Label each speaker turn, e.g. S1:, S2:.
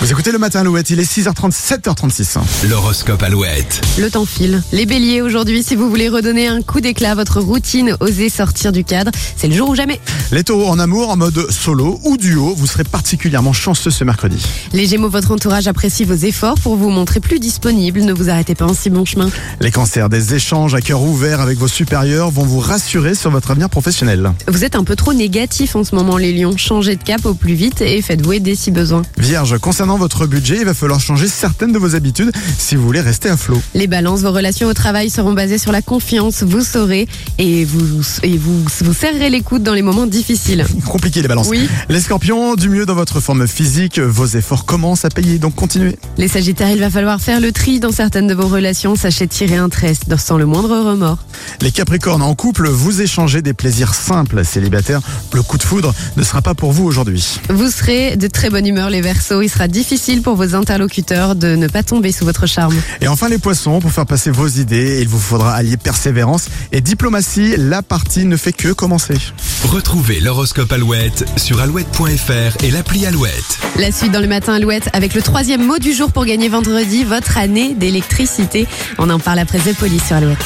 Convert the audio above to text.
S1: Vous écoutez le matin, Louette, il est 6h37, 7h36.
S2: L'horoscope Alouette.
S3: Le temps file. Les béliers, aujourd'hui, si vous voulez redonner un coup d'éclat à votre routine, osez sortir du cadre. C'est le jour ou jamais.
S1: Les taureaux en amour, en mode solo ou duo, vous serez particulièrement chanceux ce mercredi.
S3: Les gémeaux, votre entourage apprécie vos efforts pour vous montrer plus disponible. Ne vous arrêtez pas en si bon chemin.
S1: Les cancers, des échanges à cœur ouvert avec vos supérieurs vont vous rassurer sur votre avenir professionnel.
S3: Vous êtes un peu trop négatif en ce moment, les lions. Changez de cap au plus vite et faites-vous aider si besoin.
S1: Vierge, concernant votre budget, il va falloir changer certaines de vos habitudes si vous voulez rester à flot.
S3: Les balances, vos relations au travail seront basées sur la confiance. Vous saurez et vous, et vous, vous serrez les coudes dans les moments difficiles.
S1: Compliqué les balances.
S3: Oui.
S1: Les scorpions, du mieux dans votre forme physique, vos efforts commencent à payer, donc continuez.
S3: Les sagittaires, il va falloir faire le tri dans certaines de vos relations. Sachez tirer un trait sans le moindre remords.
S1: Les capricornes en couple, vous échangez des plaisirs simples. Célibataire, le coup de foudre ne sera pas pour vous aujourd'hui.
S3: Vous serez de très bonne humeur les Verseaux. Il sera difficile pour vos interlocuteurs de ne pas tomber sous votre charme.
S1: Et enfin les poissons, pour faire passer vos idées, il vous faudra allier persévérance et diplomatie. La partie ne fait que commencer.
S2: Retrouvez l'horoscope Alouette sur alouette.fr et l'appli Alouette.
S3: La suite dans le matin Alouette avec le troisième mot du jour pour gagner vendredi votre année d'électricité. On en parle après The Police sur Alouette.